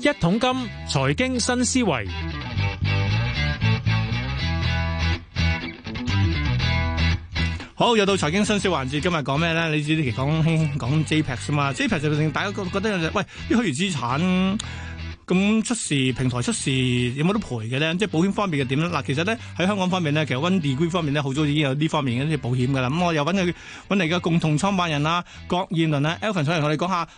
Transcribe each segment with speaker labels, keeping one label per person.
Speaker 1: 一桶金財經新思維，
Speaker 2: 好，又到財經新小環節，今日講咩咧？你知呢期講 興講 JPEX 啊嘛？JPEX 就令大家覺覺得有隻喂啲虛擬資產咁出事，平台出事有冇得賠嘅咧？即係保險方面嘅點咧？嗱，其實咧喺香港方面咧，其實 OneDegree 方面咧，好早已經有呢方面嘅啲保險噶啦。咁、嗯、我又揾佢揾嚟嘅共同創辦人啦，郭燕麟啦，Alvin 上嚟同你講下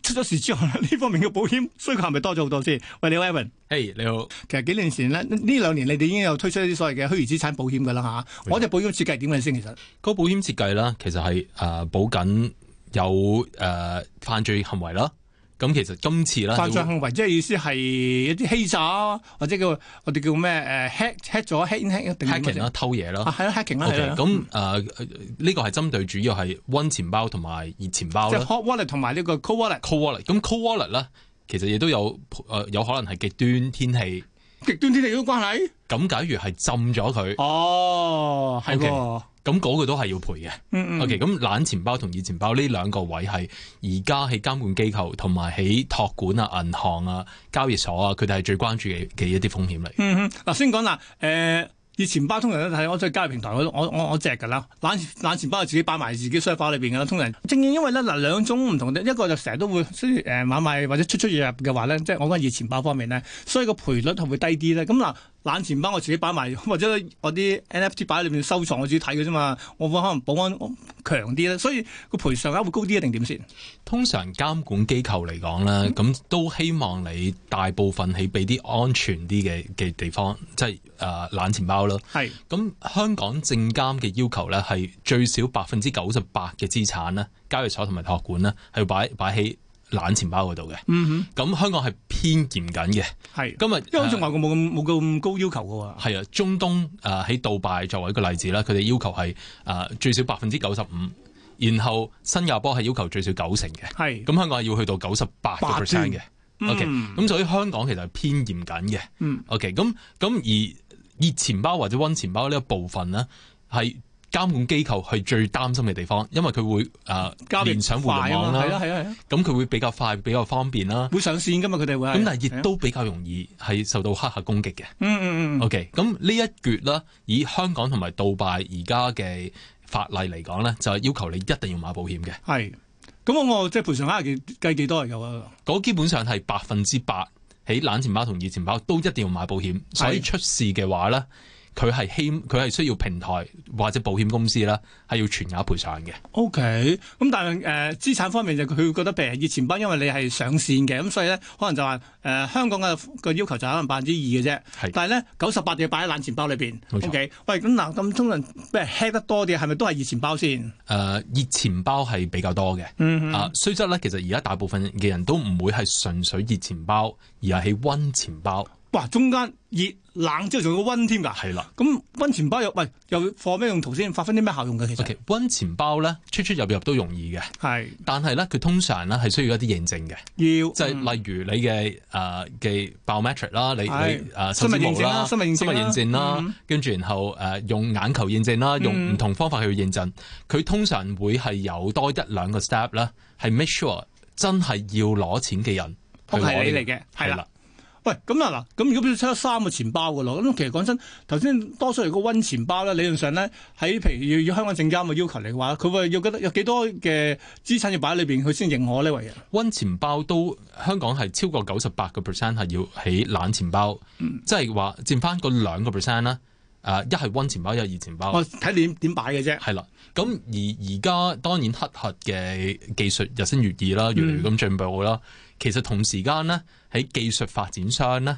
Speaker 2: 出咗事之後呢方面嘅保險需求係咪多咗好多先？喂，你好 Alvin。
Speaker 3: 嘿你好，
Speaker 2: 其實幾年前咧，呢呢兩年你哋已經有推出一啲所謂嘅虛擬資產保險㗎啦嚇。我隻保險設計係點嘅先？其實
Speaker 3: 個保險設計啦，其實係誒、呃、保緊有誒、呃、犯罪行為啦。咁其實今次啦，
Speaker 2: 犯罪行為即係意思係一啲欺詐或者叫我哋叫咩誒 hack hack 咗 hack in hack 定
Speaker 3: hacking 啦，偷嘢啦，
Speaker 2: 啊係啦 hacking 啦
Speaker 3: OK，
Speaker 2: 係啦。
Speaker 3: 咁誒呢個係針對主要係溫錢包同埋熱錢包
Speaker 2: 即
Speaker 3: 啦
Speaker 2: 係。hot wallet 同埋呢個 cold wallet
Speaker 3: cold wallet，咁 cold wallet 咧，其實亦都有誒、呃有可能係極端天氣，
Speaker 2: 極端天氣嗰個關係。
Speaker 3: 咁假如係浸咗佢，
Speaker 2: 哦，係喎
Speaker 3: OK，咁嗰個都係要賠嘅。
Speaker 2: 嗯嗯
Speaker 3: O.K. 咁冷錢包同熱錢包呢兩個位係而家喺監管機構同埋喺託管啊、銀行啊、交易所啊，佢哋係最關注嘅嘅一啲風險嚟。
Speaker 2: 嗯嗯。嗱先講啦，誒熱錢包通常都係我喺交易平台嗰度，我我我隻㗎啦。冷冷錢包係自己擺埋自己箱包裏邊㗎啦。通常正因為咧嗱兩種唔同嘅，一個就成日都會需要誒買賣或者出出入入嘅話咧，即係我講熱錢包方面咧，所以個賠率係會低啲咧。咁嗱。冷錢包我自己擺埋，或者我啲 NFT 擺喺裏面收藏，我自己睇嘅啫嘛。我可能保安強啲咧，所以個賠償額會高啲一啊定點先？
Speaker 3: 通常監管機構嚟講咧，咁、都希望你大部分係俾啲安全啲嘅嘅地方，即係誒、呃冷錢包啦。
Speaker 2: 係
Speaker 3: 咁香港證監嘅要求咧，係最少百分之九十八嘅資產咧，交易所同埋託管咧，係要擺擺喺冷錢包嗰度嘅。
Speaker 2: 嗯
Speaker 3: 咁香港係偏嚴謹嘅。
Speaker 2: 哼，係。
Speaker 3: 今日
Speaker 2: 因為好似外國冇咁冇咁高要求嘅喎。
Speaker 3: 係啊，中東誒喺杜拜作為一個例子啦，佢哋要求係誒、呃最少百分之九十五，然後新加坡係要求最少九成嘅，
Speaker 2: 係
Speaker 3: 咁香港係要去到九十八個
Speaker 2: 八
Speaker 3: percent 嘅。
Speaker 2: 嗯
Speaker 3: OK，咁所以香港其實係偏嚴謹嘅。
Speaker 2: 嗯
Speaker 3: OK，咁咁而熱錢包或者温錢包呢一部分呢，係監管機構係最擔心嘅地方，因為佢會誒、呃、
Speaker 2: 交易
Speaker 3: 連上互
Speaker 2: 快
Speaker 3: 聯
Speaker 2: 啊嘛
Speaker 3: 網
Speaker 2: 係啊
Speaker 3: 啦，
Speaker 2: 係啊係啊，
Speaker 3: 咁佢會比較快、比較方便啦。
Speaker 2: 會上線㗎嘛佢哋會係。
Speaker 3: 咁但係
Speaker 2: 係
Speaker 3: 亦
Speaker 2: 啊
Speaker 3: 都比較容易係受到黑客攻擊嘅。
Speaker 2: 嗯嗯嗯
Speaker 3: O.K. 咁呢一橛啦，以香港同埋杜拜而家嘅法例嚟講咧，就係要求你一定要買保險嘅。
Speaker 2: 係。咁我即係賠償額係幾計幾多嚟啊㗎喎？
Speaker 3: 嗰基本上係百分之百喺冷錢包同熱錢包都一定要買保險，所以出事嘅話咧，佢係希佢係需要平台或者保險公司啦，係要全額賠償嘅。
Speaker 2: O K，咁但係誒、呃、資產方面就佢會覺得譬如熱錢包，因為你係上線嘅，咁所以咧可能就話誒、呃香港嘅個要求就可能百分之二嘅啫，
Speaker 3: 係
Speaker 2: 但係咧九十八就要擺喺冷錢包裏邊。
Speaker 3: 冇錯
Speaker 2: O K，喂咁嗱咁通常譬如 hack 得多啲，係咪都係熱錢包先？
Speaker 3: 誒、呃熱錢包係比較多嘅。
Speaker 2: 嗯
Speaker 3: 啊，雖則咧，其實而家大部分嘅人都唔會係純粹熱錢包，而係喺温錢包。
Speaker 2: 哇，中間熱冷之後仲有個温添㗎，
Speaker 3: 係啦。
Speaker 2: 咁温錢包又喂又放咩用途先？發揮啲咩效用嘅其實
Speaker 3: O.K. 温錢包咧，出出入入都容易嘅。
Speaker 2: 係
Speaker 3: 但係咧，佢通常咧係需要一啲認證嘅，
Speaker 2: 要
Speaker 3: 即係
Speaker 2: 嗯
Speaker 3: 例如你嘅誒嘅 biometric 啦，你
Speaker 2: 係
Speaker 3: 你誒
Speaker 2: 生
Speaker 3: 手
Speaker 2: 物認
Speaker 3: 指模
Speaker 2: 證啦
Speaker 3: 啦、
Speaker 2: 生物認證啦嗯
Speaker 3: 認證啦，跟住然後誒用眼球認證啦，用唔同方法去認證，佢通常會係有多一兩個 step 啦，係 make sure 真係要攞錢嘅人去
Speaker 2: 我係你嚟
Speaker 3: 攞呢
Speaker 2: 嘅，
Speaker 3: 個
Speaker 2: 係啦。喂，咁啊嗱，咁如果佢出咗三個錢包嘅咯，咁其實講真，頭先多數嚟個温錢包咧，理論上咧喺譬如要要香港證監嘅要求嚟嘅話，佢會要覺得有幾多嘅資產要擺喺裏邊，佢先認可呢啊為嘢。
Speaker 3: 温錢包都香港係超過九十八個 percent 係要起冷錢包，
Speaker 2: 嗯
Speaker 3: 即係話佔翻個兩個 percent 啦。誒，一係温錢包，一係熱錢包。
Speaker 2: 我睇你點點擺嘅啫。
Speaker 3: 係啦，咁而而家當然黑客嘅技術日新月異啦，
Speaker 2: 嗯
Speaker 3: 越嚟越咁進步啦。其實同時間咧，喺技術發展商咧，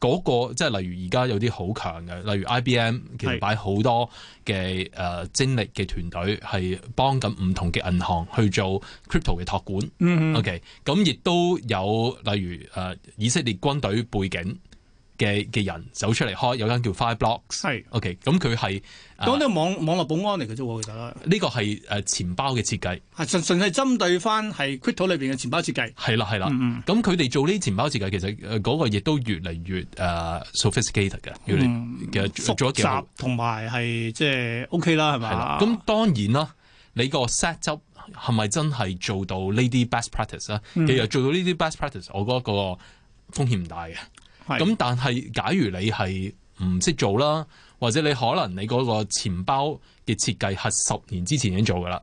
Speaker 3: 嗰、個即係例如而家有啲好強嘅，例如 IBM 其
Speaker 2: 係
Speaker 3: 實擺好多嘅誒、呃精力嘅團隊係幫緊唔同嘅銀行去做 crypto 嘅託管。
Speaker 2: 嗯
Speaker 3: OK，咁亦都有例如誒、呃以色列軍隊背景嘅嘅人走出嚟開有間叫 Five Blocks。
Speaker 2: 係。
Speaker 3: OK，咁佢係呃
Speaker 2: 講呢個網網絡保安嚟嘅啫喎，其實啦，
Speaker 3: 呢個係誒錢包嘅設計，
Speaker 2: 係啊純純係針對翻係 Crypto 裏邊嘅錢包設計。
Speaker 3: 係啦係啦。
Speaker 2: 嗯
Speaker 3: 咁佢哋做呢啲錢包設計，其實誒嗰個亦都越嚟越誒、呃 sophisticated 嘅，越嚟嘅做
Speaker 2: 嗯複啊
Speaker 3: 做咗幾好
Speaker 2: 雜。同埋係即係 OK 啦，係
Speaker 3: 係啦
Speaker 2: 嘛？，
Speaker 3: 咁當然啦，你個 set up 係咪真係做到呢啲 best practice 咧？
Speaker 2: 嗯
Speaker 3: 其實做到呢啲 best practice，我覺得個風險唔大嘅。
Speaker 2: 係
Speaker 3: 咁但係假如你係唔識做啦，或者你可能你嗰個錢包嘅設計係十年之前已經做 噶啦，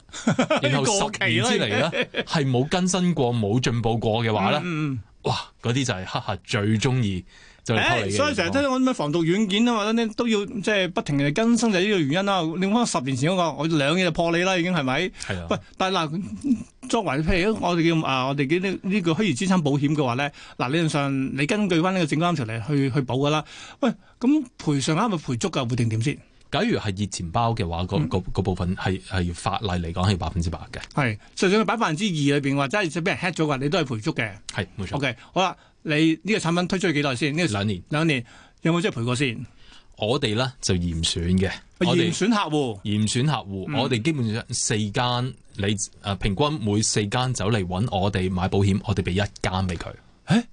Speaker 3: 然後
Speaker 2: 過期
Speaker 3: 十年
Speaker 2: 啦
Speaker 3: 之嚟咧係冇更新過、冇進步過嘅話咧，
Speaker 2: 嗯嗯
Speaker 3: 哇！嗰啲就係黑客最中意就嚟偷
Speaker 2: 誒，
Speaker 3: 你嘅嘢
Speaker 2: 哎所以成日聽我咩防毒軟件啊嘛，呢都要即係不停地更新就係呢個原因啦。你翻十年前嗰、個，我兩嘢就破你啦，已經係咪？
Speaker 3: 係啊
Speaker 2: 喂，但係嗱，作為譬如我哋叫啊，我哋嘅呢呢個虛擬資產保險嘅話咧，嗱理論上你根據翻呢個證監條例去去保噶啦。喂，咁賠償啱咪賠足㗎，會定點先？
Speaker 3: 假如係熱錢包嘅話，
Speaker 2: 嗯
Speaker 3: 嗰嗰嗰部分係係法例嚟講係百分之百嘅，
Speaker 2: 係，就算佢擺百分之二裏邊或者係俾人 hack 咗嘅話，你都係賠足嘅。
Speaker 3: 係冇錯。
Speaker 2: OK，好啦，你呢個產品推出咗幾耐先？呢、個
Speaker 3: 兩年
Speaker 2: 兩年有冇即係賠過先？
Speaker 3: 我哋咧就嚴選嘅，我哋
Speaker 2: 哦嚴選客戶。
Speaker 3: 嚴選客戶，
Speaker 2: 嗯
Speaker 3: 我哋基本上四間，你誒、呃平均每四間走嚟揾我哋買保險，我哋俾一間俾佢，
Speaker 2: 誒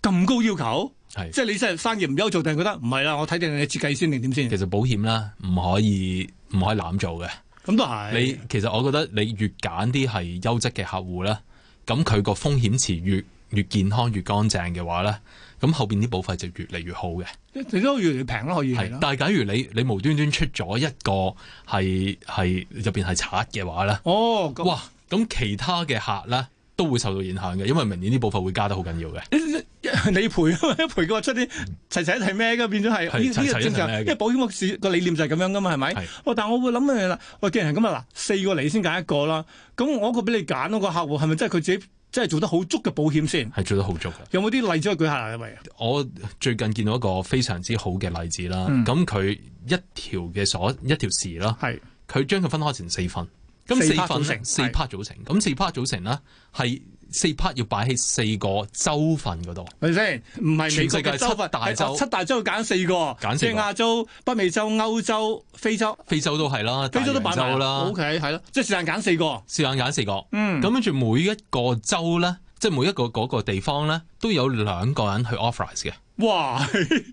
Speaker 2: 咁高要求，
Speaker 3: 係
Speaker 2: 即係你真係生意唔憂做，定係覺得唔係啦？我睇定你設計先定點先？
Speaker 3: 其實保險啦，唔可以唔可以濫做嘅。
Speaker 2: 咁都係
Speaker 3: 你其實我覺得你越揀啲係優質嘅客戶啦，咁佢個風險池越越健康越乾淨嘅話咧，咁後邊啲保費就越嚟越好嘅。
Speaker 2: 你你都越嚟越平咯，可以係
Speaker 3: 係，
Speaker 2: 啦。
Speaker 3: 但係假如你你無端端出咗一個係係入邊係賊嘅話咧，
Speaker 2: 哦，咁
Speaker 3: 哇！咁其他嘅客咧都會受到影響嘅，因為明年啲保費會加得好緊要嘅。
Speaker 2: 你賠啊嘛，賠嘅話出啲齊齊一齊咩嘅，變咗係
Speaker 3: 係
Speaker 2: 呢呢
Speaker 3: 齊
Speaker 2: 個
Speaker 3: 齊一齊
Speaker 2: 正常，
Speaker 3: 咩嘅
Speaker 2: 因為保險個市個理念就係咁樣噶嘛，係咪
Speaker 3: 係？
Speaker 2: 哦，但我會諗嘅啦，喂，既然係咁啊，嗱，四個嚟先揀一個啦，咁我個俾你揀嗰個客戶係咪真係佢自己真係做得好足嘅保險先？
Speaker 3: 係做得好足嘅。
Speaker 2: 有冇啲例子可以舉下嚟？喂，
Speaker 3: 我最近見到一個非常之好嘅例子啦。
Speaker 2: 嗯
Speaker 3: 咁佢、一條嘅鎖一條匙啦，
Speaker 2: 係
Speaker 3: 佢將佢分開成四份。咁
Speaker 2: 四
Speaker 3: 四
Speaker 2: part
Speaker 3: 份
Speaker 2: 組成
Speaker 3: 呢四
Speaker 2: 係
Speaker 3: part 組成，咁四 part 組成啦，係四 part 要擺喺四個州份嗰度。
Speaker 2: 咪先？唔係美
Speaker 3: 全
Speaker 2: 國
Speaker 3: 世界
Speaker 2: 嘅州份
Speaker 3: 七大
Speaker 2: 係
Speaker 3: 洲
Speaker 2: 哦七大洲揀四個，
Speaker 3: 揀
Speaker 2: 即
Speaker 3: 四個
Speaker 2: 係亞洲、北美洲、歐洲、非洲。
Speaker 3: 非洲都係啦，
Speaker 2: 非洲都擺
Speaker 3: 大
Speaker 2: 埋
Speaker 3: 洋洲
Speaker 2: 啦
Speaker 3: 啦
Speaker 2: ，O，K，係咯，即係是但揀四個，
Speaker 3: 是但揀四個。
Speaker 2: 嗯，
Speaker 3: 咁跟住每一個州咧，即係每一個嗰個地方咧，都有兩個人去 authorize 嘅。
Speaker 2: 哇，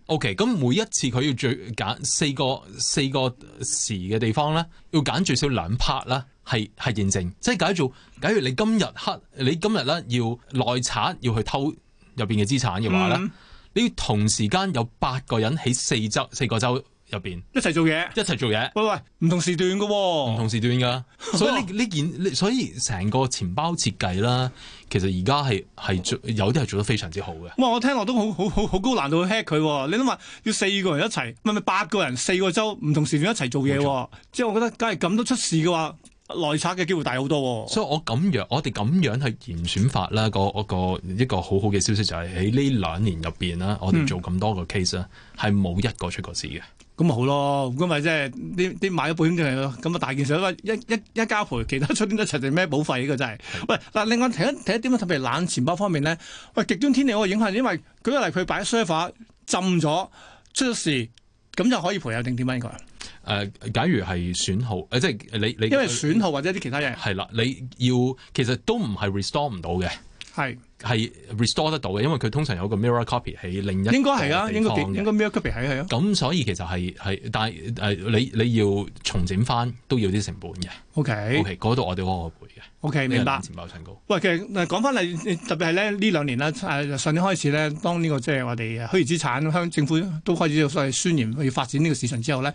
Speaker 3: O.K. 咁每一次佢要最揀四個四個時嘅地方咧，要揀最少兩 part 啦，係係認證。即係假如假如你今日黑，你今日咧要內賊要去偷入邊嘅資產嘅 話咧，
Speaker 2: 嗯
Speaker 3: 你要同時間有八個人喺四州四個州入邊
Speaker 2: 一齊做嘢，
Speaker 3: 一齊做嘢，
Speaker 2: 喂喂，唔同時段嘅
Speaker 3: 唔
Speaker 2: 喎，
Speaker 3: 同時段㗎。所以呢呢件，呢所以成個錢包設計啦，其實而家係係做有啲係做得非常之好嘅。
Speaker 2: 哇，我聽落都好好好好高難度去 hack 佢喎，你諗下要四個人一齊，唔係唔係八個人，四個州唔同時段一齊做嘢喎，即係我覺得，梗係咁都出事嘅話，內賊嘅機會大好多喎，
Speaker 3: 所以我咁樣，我哋咁樣去嚴選法啦，個我個一個好好嘅消息就係喺呢兩年入邊啦，我
Speaker 2: 嗯
Speaker 3: 哋做咁多個 case 啦，係冇一個出過事嘅。
Speaker 2: 咁咪好咯，咁咪即係啲啲買咗保險嘅人咁啊大件事啦，一一一家賠，其他出邊一齊定咩保費呢個真係，喂嗱，另外提一提一點啊，特別係冷錢包方面咧，喂極端天氣嗰個影響，因為舉個例，佢擺 server 浸咗出咗事，咁就可以賠啊定點啊應該，
Speaker 3: 誒、呃假如係損耗，誒、即係你你
Speaker 2: 因為損耗或者啲其他嘢
Speaker 3: 係啦，你要其實都唔係 restore 唔到嘅，
Speaker 2: 係
Speaker 3: 係 restore 得到嘅，因為佢通常有個 mirror copy 喺另一個
Speaker 2: 應該係啊，應該
Speaker 3: 地方
Speaker 2: 幾
Speaker 3: 嘅
Speaker 2: 應該 mirror copy 係係啊
Speaker 3: 咁所以其實係係，但係誒、你你要重整翻都要啲成本嘅。
Speaker 2: ，OK
Speaker 3: OK，嗰度我哋可可賠嘅，
Speaker 2: OK
Speaker 3: 呢個
Speaker 2: 明白
Speaker 3: 冷。錢包上高。
Speaker 2: 喂，其實嗱講翻嚟，特別係咧呢兩年啦，誒上年開始咧，當呢個即係我哋虛擬資產，香政府都開始所謂宣言去發展呢個市場之後咧，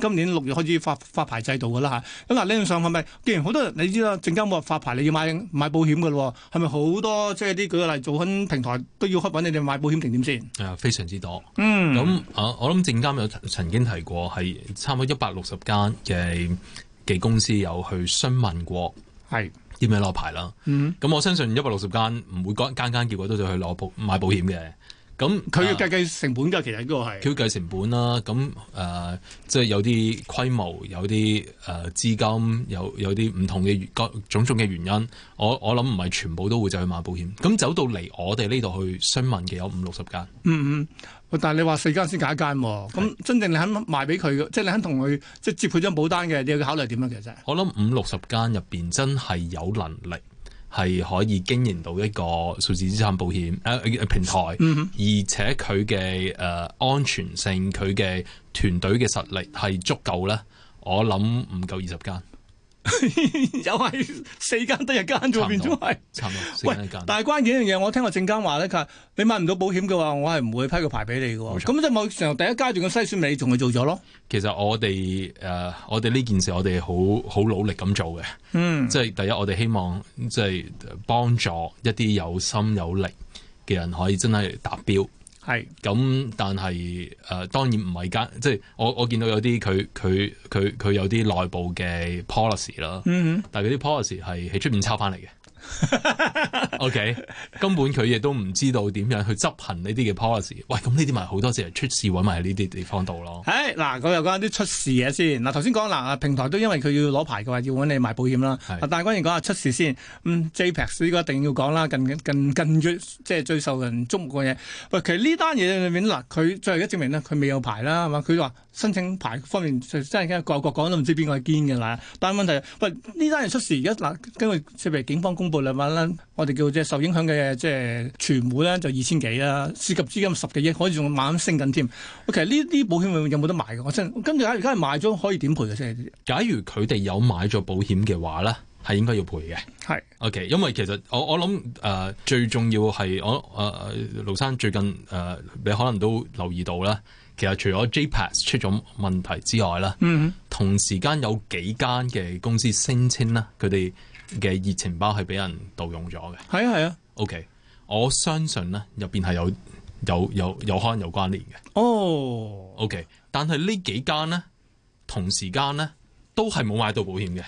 Speaker 2: 今年六月開始發發牌制度噶啦嚇。咁嗱，理論上係咪？既然好多人你知啦，證監會發牌你要買買保險噶咯喎，係咪好多即係啲舉個例做緊平台都要開揾你哋買保險定點先？
Speaker 3: 誒、呃非常之多。
Speaker 2: 嗯
Speaker 3: 咁啊，我諗證監有曾曾經提過，係差唔多一百六十間嘅嘅公司有去詢問過
Speaker 2: 係
Speaker 3: 點樣攞牌啦。
Speaker 2: 嗯，
Speaker 3: 咁我相信一百六十間唔會間間間叫嗰都就去攞保買保險嘅。咁
Speaker 2: 佢要計
Speaker 3: 啊
Speaker 2: 計成本㗎，其實呢個係
Speaker 3: 佢要計成本啦。咁誒、啊即係有啲規模，有啲誒、資金，有有啲唔同嘅原各種種嘅原因。我我諗唔係全部都會就去買保險。咁走到嚟我哋呢度去詢問嘅有五六十間。
Speaker 2: 嗯嗯。喂但係你話四間先揀一間喎，咁真正你肯賣俾佢嘅，即係你肯同佢即係接佢張保單嘅，你要考慮點樣啊其實？
Speaker 3: 我諗五六十間入邊真係有能力係可以經營到一個數字資產保險誒、呃平台，
Speaker 2: 嗯
Speaker 3: 而且佢嘅誒安全性、佢嘅團隊嘅實力係足夠咧。我諗唔夠二十間，
Speaker 2: 又係四間得一間啫喎，變咗係。
Speaker 3: 差唔多四
Speaker 2: 喂
Speaker 3: 間一間，，
Speaker 2: 但係關鍵一樣嘢，我聽過證監話咧，佢話你買唔到保險嘅話，我係唔會批個牌俾你嘅喎。
Speaker 3: 冇錯
Speaker 2: 咁即係某程度第一階段嘅篩選，你仲係做咗咯。
Speaker 3: 其實我哋誒、呃我哋呢件事我哋好好努力咁做嘅，
Speaker 2: 嗯，
Speaker 3: 即係第一我哋希望即係幫助一啲有心有力嘅人可以真係達標。
Speaker 2: 係
Speaker 3: 咁但係誒、呃、當然唔係間，即係我我見到有啲佢佢佢佢有啲內部嘅 policy 啦，
Speaker 2: 嗯
Speaker 3: 但係嗰啲 policy 係喺出面抄翻嚟嘅。OK，根本佢亦都唔知道點樣去執行呢啲嘅 policy。喂，咁呢啲咪好多時係出事揾埋喺呢啲地方度咯。
Speaker 2: 唉，嗱，咁又講啲出事嘢先。嗱，頭先講嗱，平台都因為佢要攞牌嘅話，要揾你買保險啦。
Speaker 3: 係
Speaker 2: 但係關鍵講下出事先。嗯，JPEX 呢個一定要講啦，近近近月即係最受人矚目嘅嘢。喂，其實呢單嘢裏面嗱，佢最後一證明咧，佢未有牌啦，係嘛？佢話申請牌方面就真係而家各國講都唔知邊個係堅嘅啦。但係問題係喂，呢單嘢出事而家嗱，根據即係譬如警方公佈兩萬啦，我哋叫即係受影響嘅即係存戶咧就二千幾啦，涉及資金十幾億，可以仲慢慢升緊添。喂，其實呢啲保險會有冇得買嘅？我真跟住假如而家係買咗，可以點賠嘅啊先？
Speaker 3: 假如佢哋有買咗保險嘅話咧，係應該要賠嘅。
Speaker 2: 係
Speaker 3: OK，因為其實我我諗誒、呃最重要係我誒誒盧生最近誒、呃你可能都留意到啦。其實除咗 JPAS 出咗問題之外啦，
Speaker 2: 嗯，
Speaker 3: 同時間有幾間嘅公司聲稱啦，佢哋嘅熱情包係俾人盜用咗嘅。
Speaker 2: 係啊係啊，
Speaker 3: OK，我相信咧入邊係有有有有可能有關聯嘅。
Speaker 2: 哦，
Speaker 3: OK，但係呢幾間咧同時間咧都係冇買到保險嘅，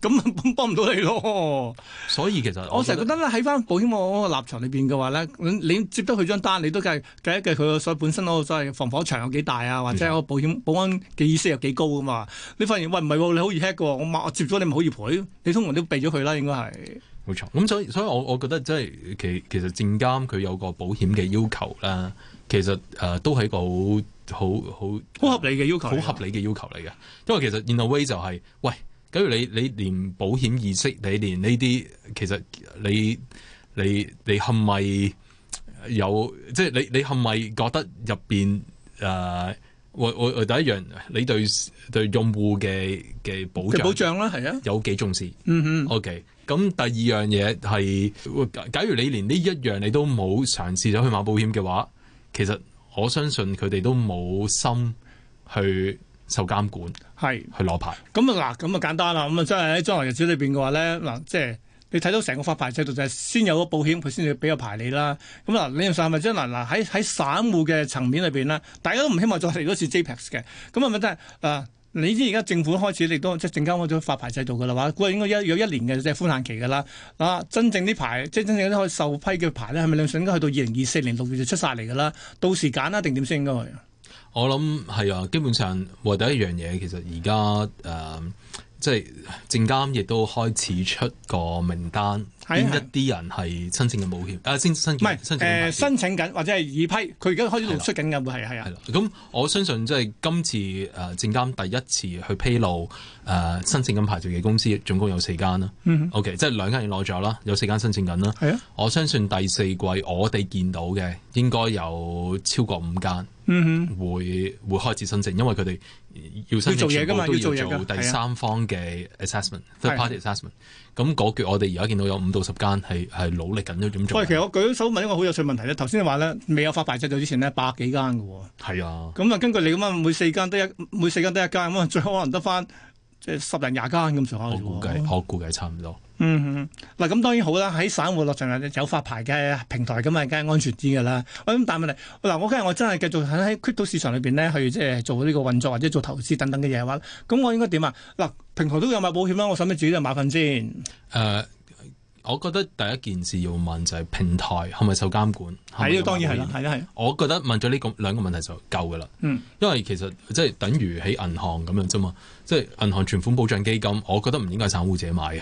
Speaker 2: 咁咁幫唔到你咯。
Speaker 3: 所以其實
Speaker 2: 我成日覺得咧，喺翻保險嗰個立場裏邊嘅話咧，你接得佢張單，你都計計一計佢個所本身嗰個所謂防火牆有幾大啊，或者個保險保安嘅意識有幾高噶啊嘛？你發現喂唔係喎，你好易 hack 嘅喎，我買我接咗你咪好易賠，你通常都避咗佢啦，應該係
Speaker 3: 冇錯，咁所以所以我我覺得即係其其實證監佢有個保險嘅要求啦，其實誒、呃都係一個好好好
Speaker 2: 好合理嘅要求嚟㗎，
Speaker 3: 好合理嘅要求嚟嘅，因為其實 in a way 就係、喂，假如你你連保險意識，你連呢啲其實你你你係咪有即係你你係咪覺得入邊誒？我我我第一樣，你對對用戶嘅嘅保
Speaker 2: 嘅
Speaker 3: 障
Speaker 2: 保障啦，係啊，
Speaker 3: 有幾重視？
Speaker 2: 嗯嗯，
Speaker 3: O.K. 咁第二樣嘢係，假假如你連呢一樣你都冇嘗試咗去買保險嘅話，其實我相信佢哋都冇心去受監管，
Speaker 2: 係。
Speaker 3: 去攞牌。
Speaker 2: 咁啊嗱，咁啊簡單啦，咁啊真係喺將來日子裏邊嘅話咧，嗱，即係你睇到成個發牌制度就係先有個保險，佢先至俾個牌你啦。咁啊嗱，理論上係咪即係嗱嗱喺喺散戶嘅層面裏邊咧，大家都唔希望再嚟多次 JPEX 嘅，咁係咪真係啊？你知而家政府開始亦都即係證監開咗發牌制度㗎啦，話估計應該一有一年嘅即係寬限期㗎啦。啊，真正啲牌即係真正啲可以受批嘅牌咧，係咪理論上應該去到二零二四年六月就出晒嚟㗎啦？到時揀啦定點先應該係？
Speaker 3: 我諗係啊，基本上或第一樣嘢，其實而家誒，即係證監亦都開始出個名單，
Speaker 2: 係
Speaker 3: 邊
Speaker 2: 啊
Speaker 3: 一啲人係申請嘅保險呃誒，申申
Speaker 2: 唔
Speaker 3: 請
Speaker 2: 係
Speaker 3: 申請嘅牌
Speaker 2: 誒
Speaker 3: 照
Speaker 2: 申請緊或者係已批，佢而家開始陸
Speaker 3: 係
Speaker 2: 續
Speaker 3: 啦
Speaker 2: 出緊㗎，會係係啊
Speaker 3: 係。啦，咁我相信即係今次誒證監第一次去披露誒、呃申請緊牌照嘅公司，總共有四間啦。
Speaker 2: 嗯
Speaker 3: O、k 即係兩間已經攞咗啦，有四間申請緊啦。
Speaker 2: 係啊，
Speaker 3: 我相信第四季我哋見到嘅應該有超過五間
Speaker 2: 嗯
Speaker 3: 會會開始申請，因為佢哋要申請
Speaker 2: 要做嘢
Speaker 3: 全
Speaker 2: 㗎
Speaker 3: 部
Speaker 2: 嘛
Speaker 3: 都
Speaker 2: 要做嘢
Speaker 3: 要
Speaker 2: 㗎
Speaker 3: 做
Speaker 2: 係啊
Speaker 3: 第三方嘅 assessment，third
Speaker 2: 係
Speaker 3: party assessment。咁嗰橛我哋而家見到有五到十間係係努力緊咗咁
Speaker 2: 哼，
Speaker 3: 做啊
Speaker 2: 喂，。其實我舉手問一個好有趣問題咧。頭先你話咧，未有發牌制度之前咧，百幾間嘅喎。
Speaker 3: 係啊，
Speaker 2: 咁啊，根據你咁啊，每四間得一，每四間得一間，咁啊，最可能得翻即係十零廿間咁上下
Speaker 3: 我
Speaker 2: 嘅啫喎
Speaker 3: 估計我估計差唔多。
Speaker 2: 嗯哼，嗱咁當然好啦，喺散戶落場有發牌嘅平台咁啊，梗係安全啲㗎啦。喂咁但係問題，嗱我梗係我真係繼續喺喺 crypto 市場裏邊咧，去即係做呢個運作或者做投資等等嘅嘢嘅話，咁我應該點啊？嗱，平台都有買保險啦，我使唔使自己就買份先？
Speaker 3: 誒、呃我覺得第一件事要問就係平台係咪受監管？係咪
Speaker 2: 係
Speaker 3: 有
Speaker 2: 啊，當然係啦
Speaker 3: 保，險。
Speaker 2: 係啦，係啦。
Speaker 3: 我覺得問咗呢個兩個問題就夠㗎啦。
Speaker 2: 嗯，
Speaker 3: 因為其實即係等於喺銀行咁樣啫嘛，即係銀行存款保障基金，我覺得唔應該係散戶自己買嘅，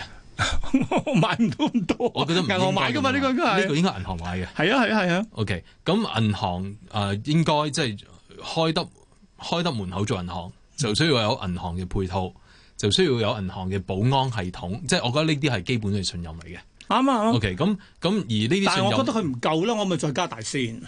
Speaker 2: 我買唔到咁多，
Speaker 3: 我覺得唔應該
Speaker 2: 哦銀行買㗎嘛，呢個應該係
Speaker 3: 呢個。應該銀行買嘅。
Speaker 2: 係啊係啊係啊，
Speaker 3: OK，咁銀行誒、呃、應該即係開得開得門口做銀行，就需要有銀行嘅配套，就需要有銀行嘅保安系統，即係我覺得呢啲係基本嘅信任嚟嘅。
Speaker 2: 啱啊。啱啊
Speaker 3: OK，咁咁而哦呢啲
Speaker 2: 但
Speaker 3: 信
Speaker 2: 係我
Speaker 3: 任
Speaker 2: 覺得佢唔夠啦，我咪再加大先。
Speaker 3: 誒、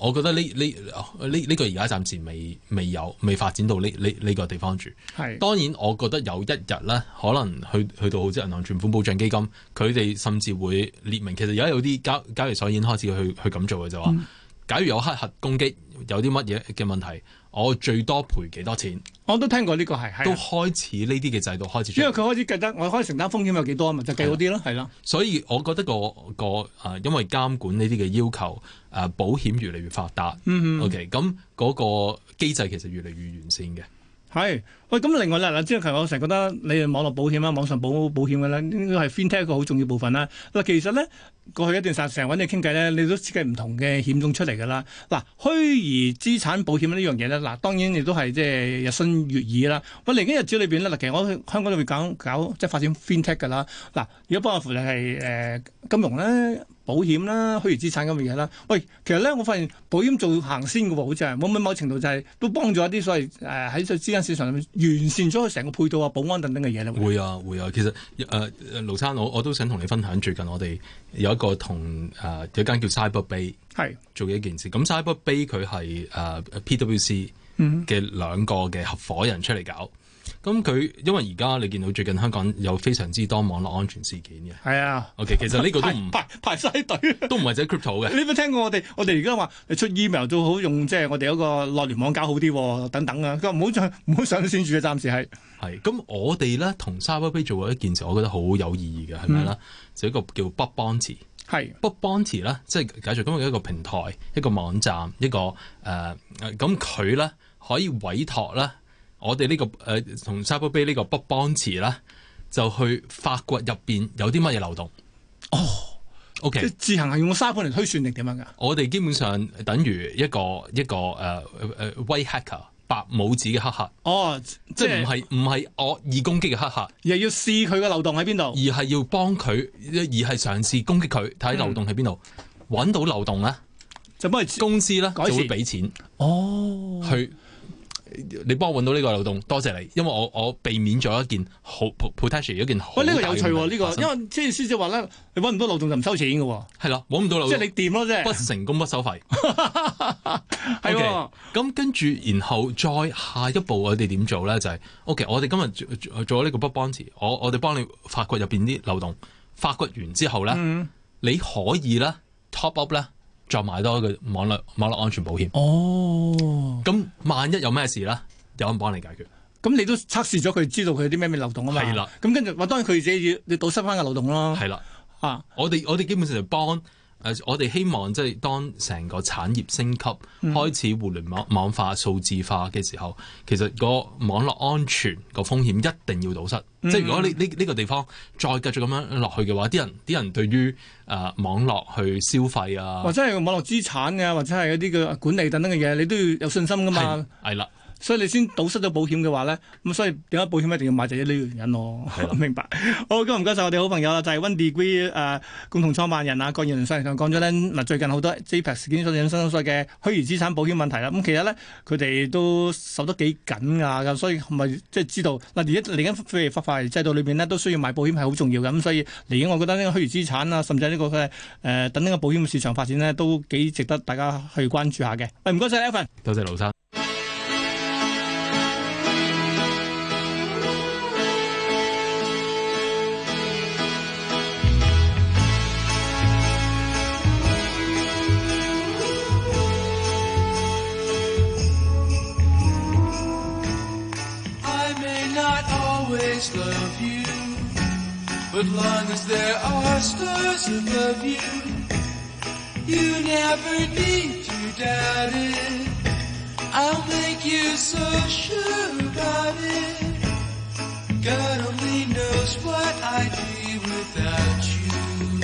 Speaker 3: 我覺得呢呢哦呢呢個而家暫時未未有未發展到呢呢呢個地方住。
Speaker 2: 係
Speaker 3: 當然，我覺得有一日咧，可能去去到好似銀行存款保障基金，佢哋甚至會列明。其實而家有啲交交易所已經開始去去咁做嘅，就話、
Speaker 2: 嗯
Speaker 3: 假如有黑客攻擊，有啲乜嘢嘅問題，我最多賠幾多錢，
Speaker 2: 我都聽過呢個係，
Speaker 3: 都
Speaker 2: 係啊
Speaker 3: 開始呢啲嘅制度開始出
Speaker 2: 因為
Speaker 3: 現。
Speaker 2: 佢開始計得我可以承擔風險有幾多啊嘛，就計嗰啲咯，係啦。
Speaker 3: 所以我覺得個個誒、呃因為監管呢啲嘅要求，誒、啊保險越嚟越發達。
Speaker 2: 嗯
Speaker 3: OK，咁嗰個機制其實越嚟越完善嘅。
Speaker 2: 係，喂，咁另外啦，嗱，即係我成日覺得你哋網絡保險啦，網上保保險嘅咧，應該係 FinTech 一個好重要部分啦。嗱，其實咧，過去一段時間成日揾你傾偈咧，你都設計唔同嘅險種出嚟㗎啦。嗱，虛擬資產保險呢樣嘢咧，嗱，當然亦都係即係日新月異啦。喂，嚟緊日子裏邊咧，嗱，其實我喺香港都會搞搞即係發展 FinTech 㗎啦。嗱，如果包括你係誒金融咧。保險啦、虛擬資產咁嘅嘢啦，喂，其實咧，我發現保險做行先嘅喎，好似係，冇冇某程度就係都幫咗一啲所謂誒喺資產市場裏面完善咗佢成個配套啊、保安等等嘅嘢咧。會
Speaker 3: 會啊會啊，其實誒、呃、盧生，我我都想同你分享最近我哋有一個同誒、呃有一間叫 Cyber Bay
Speaker 2: 係，
Speaker 3: 做嘅一件事。咁 Cyber Bay 佢啊係誒 PWC
Speaker 2: 嗯，
Speaker 3: 嘅兩個嘅合伙人出嚟搞。咁佢因為而家你見到最近香港有非常之多網絡安全事件嘅。
Speaker 2: 係啊，
Speaker 3: OK，其實呢個都 唔
Speaker 2: 排排排曬隊。
Speaker 3: 都唔係只 crypto 嘅。
Speaker 2: 你有冇聽過我哋？我哋而家話出 email 最好用，即係我哋嗰個內聯網搞好啲喎等等啊。佢話唔好再唔好上線住啊，暫時係
Speaker 3: 係咁，我哋咧同 Cyber Bay 做過一件事，我覺得好有意義嘅係咩
Speaker 2: 嗯
Speaker 3: 咧？就一個叫 Bug Bounty。
Speaker 2: 係
Speaker 3: b o b b o n t y 咧，即係解除今日一個平台、一個網站、一個誒誒咁佢咧可以委託咧我哋呢、個誒同 Cyber Bay 呢個 b o b b o n t y 咧，就去發掘入邊有啲乜嘢漏洞。哦
Speaker 2: 即
Speaker 3: ，OK，
Speaker 2: 係自行係用個沙盤嚟推算定點啊樣㗎？
Speaker 3: 我哋基本上等於一個一個誒誒誒呃威 hacker 白帽子嘅黑客，
Speaker 2: 哦，
Speaker 3: 即
Speaker 2: 即
Speaker 3: 係唔
Speaker 2: 係
Speaker 3: 係唔係惡意攻擊嘅黑客，
Speaker 2: 又要試佢個漏洞喺邊度
Speaker 3: 而？係要幫佢，而係嘗試攻擊佢，睇漏洞喺邊度，揾到漏洞咧，
Speaker 2: 就幫佢
Speaker 3: 公司咧
Speaker 2: 嗯改善
Speaker 3: 就會俾錢。
Speaker 2: 哦。
Speaker 3: 去你幫我揾到呢個漏洞，多謝你，因為我我避免咗一件好 potential 一件好
Speaker 2: 喂，呢個
Speaker 3: 大
Speaker 2: 有
Speaker 3: 嘅
Speaker 2: 趣
Speaker 3: 問
Speaker 2: 喎，
Speaker 3: 題
Speaker 2: 呢個
Speaker 3: 發生
Speaker 2: 因為即係師姐話咧，你揾唔到漏洞就唔收錢嘅喎，
Speaker 3: 係啦，揾唔到漏
Speaker 2: 即
Speaker 3: 洞，
Speaker 2: 係你掂咯，即
Speaker 3: 不
Speaker 2: 係
Speaker 3: 成功不收費。
Speaker 2: 係喎
Speaker 3: OK，咁跟住然後再下一步我哋點做咧？就係、OK，我哋今日做做做呢個 b u b b o n t 我我哋幫你發掘入邊啲漏洞，發掘完之後咧，你可以咧 top up 咧，再買多一個網絡網絡安全保險。
Speaker 2: 哦，
Speaker 3: 咁萬一有咩事咧，有人幫你解決。
Speaker 2: 咁你都測試咗佢，知道佢有啲咩咩漏洞啊嘛，
Speaker 3: 係啦，
Speaker 2: 咁跟住話當然佢自己要你堵塞翻個漏洞咯，
Speaker 3: 係啦。
Speaker 2: 啊，
Speaker 3: 我哋我哋基本上就幫誒、呃我哋希望即係當成個產業升級，
Speaker 2: 嗯
Speaker 3: 開始互聯網網化、數字化嘅時候，其實個網絡安全個風險一定要堵塞。
Speaker 2: 嗯
Speaker 3: 即係如果你呢呢個地方再繼續咁樣落去嘅話，啲人啲人對於誒、呃、網絡去消費啊
Speaker 2: 或，者係網絡資產啊，或者係一啲嘅管理等等嘅嘢，你都要有信心噶
Speaker 3: 係
Speaker 2: 嘛，
Speaker 3: 係啦。
Speaker 2: 所以你先堵塞咗保險嘅話咧，咁所以點解保險一定要買就係呢個原因咯，明白。好，今日唔該晒我哋好朋友啦，就係 One Degree 誒、共同創辦人啊，郭燕麟上嚟同我講咗咧，嗱最近好多 JPEX 事件所引申所謂嘅虛擬資產保險問題啦，咁其實咧佢哋都守得幾緊啊，咁所以咪即係知道嗱，而家嚟緊譬如發法制度裏邊呢，都需要買保險係好重要嘅，咁所以嚟緊我覺得呢個虛擬資產啊，甚至係呢個嘅誒、等呢個保險市場發展呢，都幾值得大家去關注下嘅。喂，唔該晒 Evan。
Speaker 3: 多謝盧生。
Speaker 4: I may not always love you, but long as there are stars above you, you never need to doubt it. I'll make you so sure about it. God only knows what I'd be without you.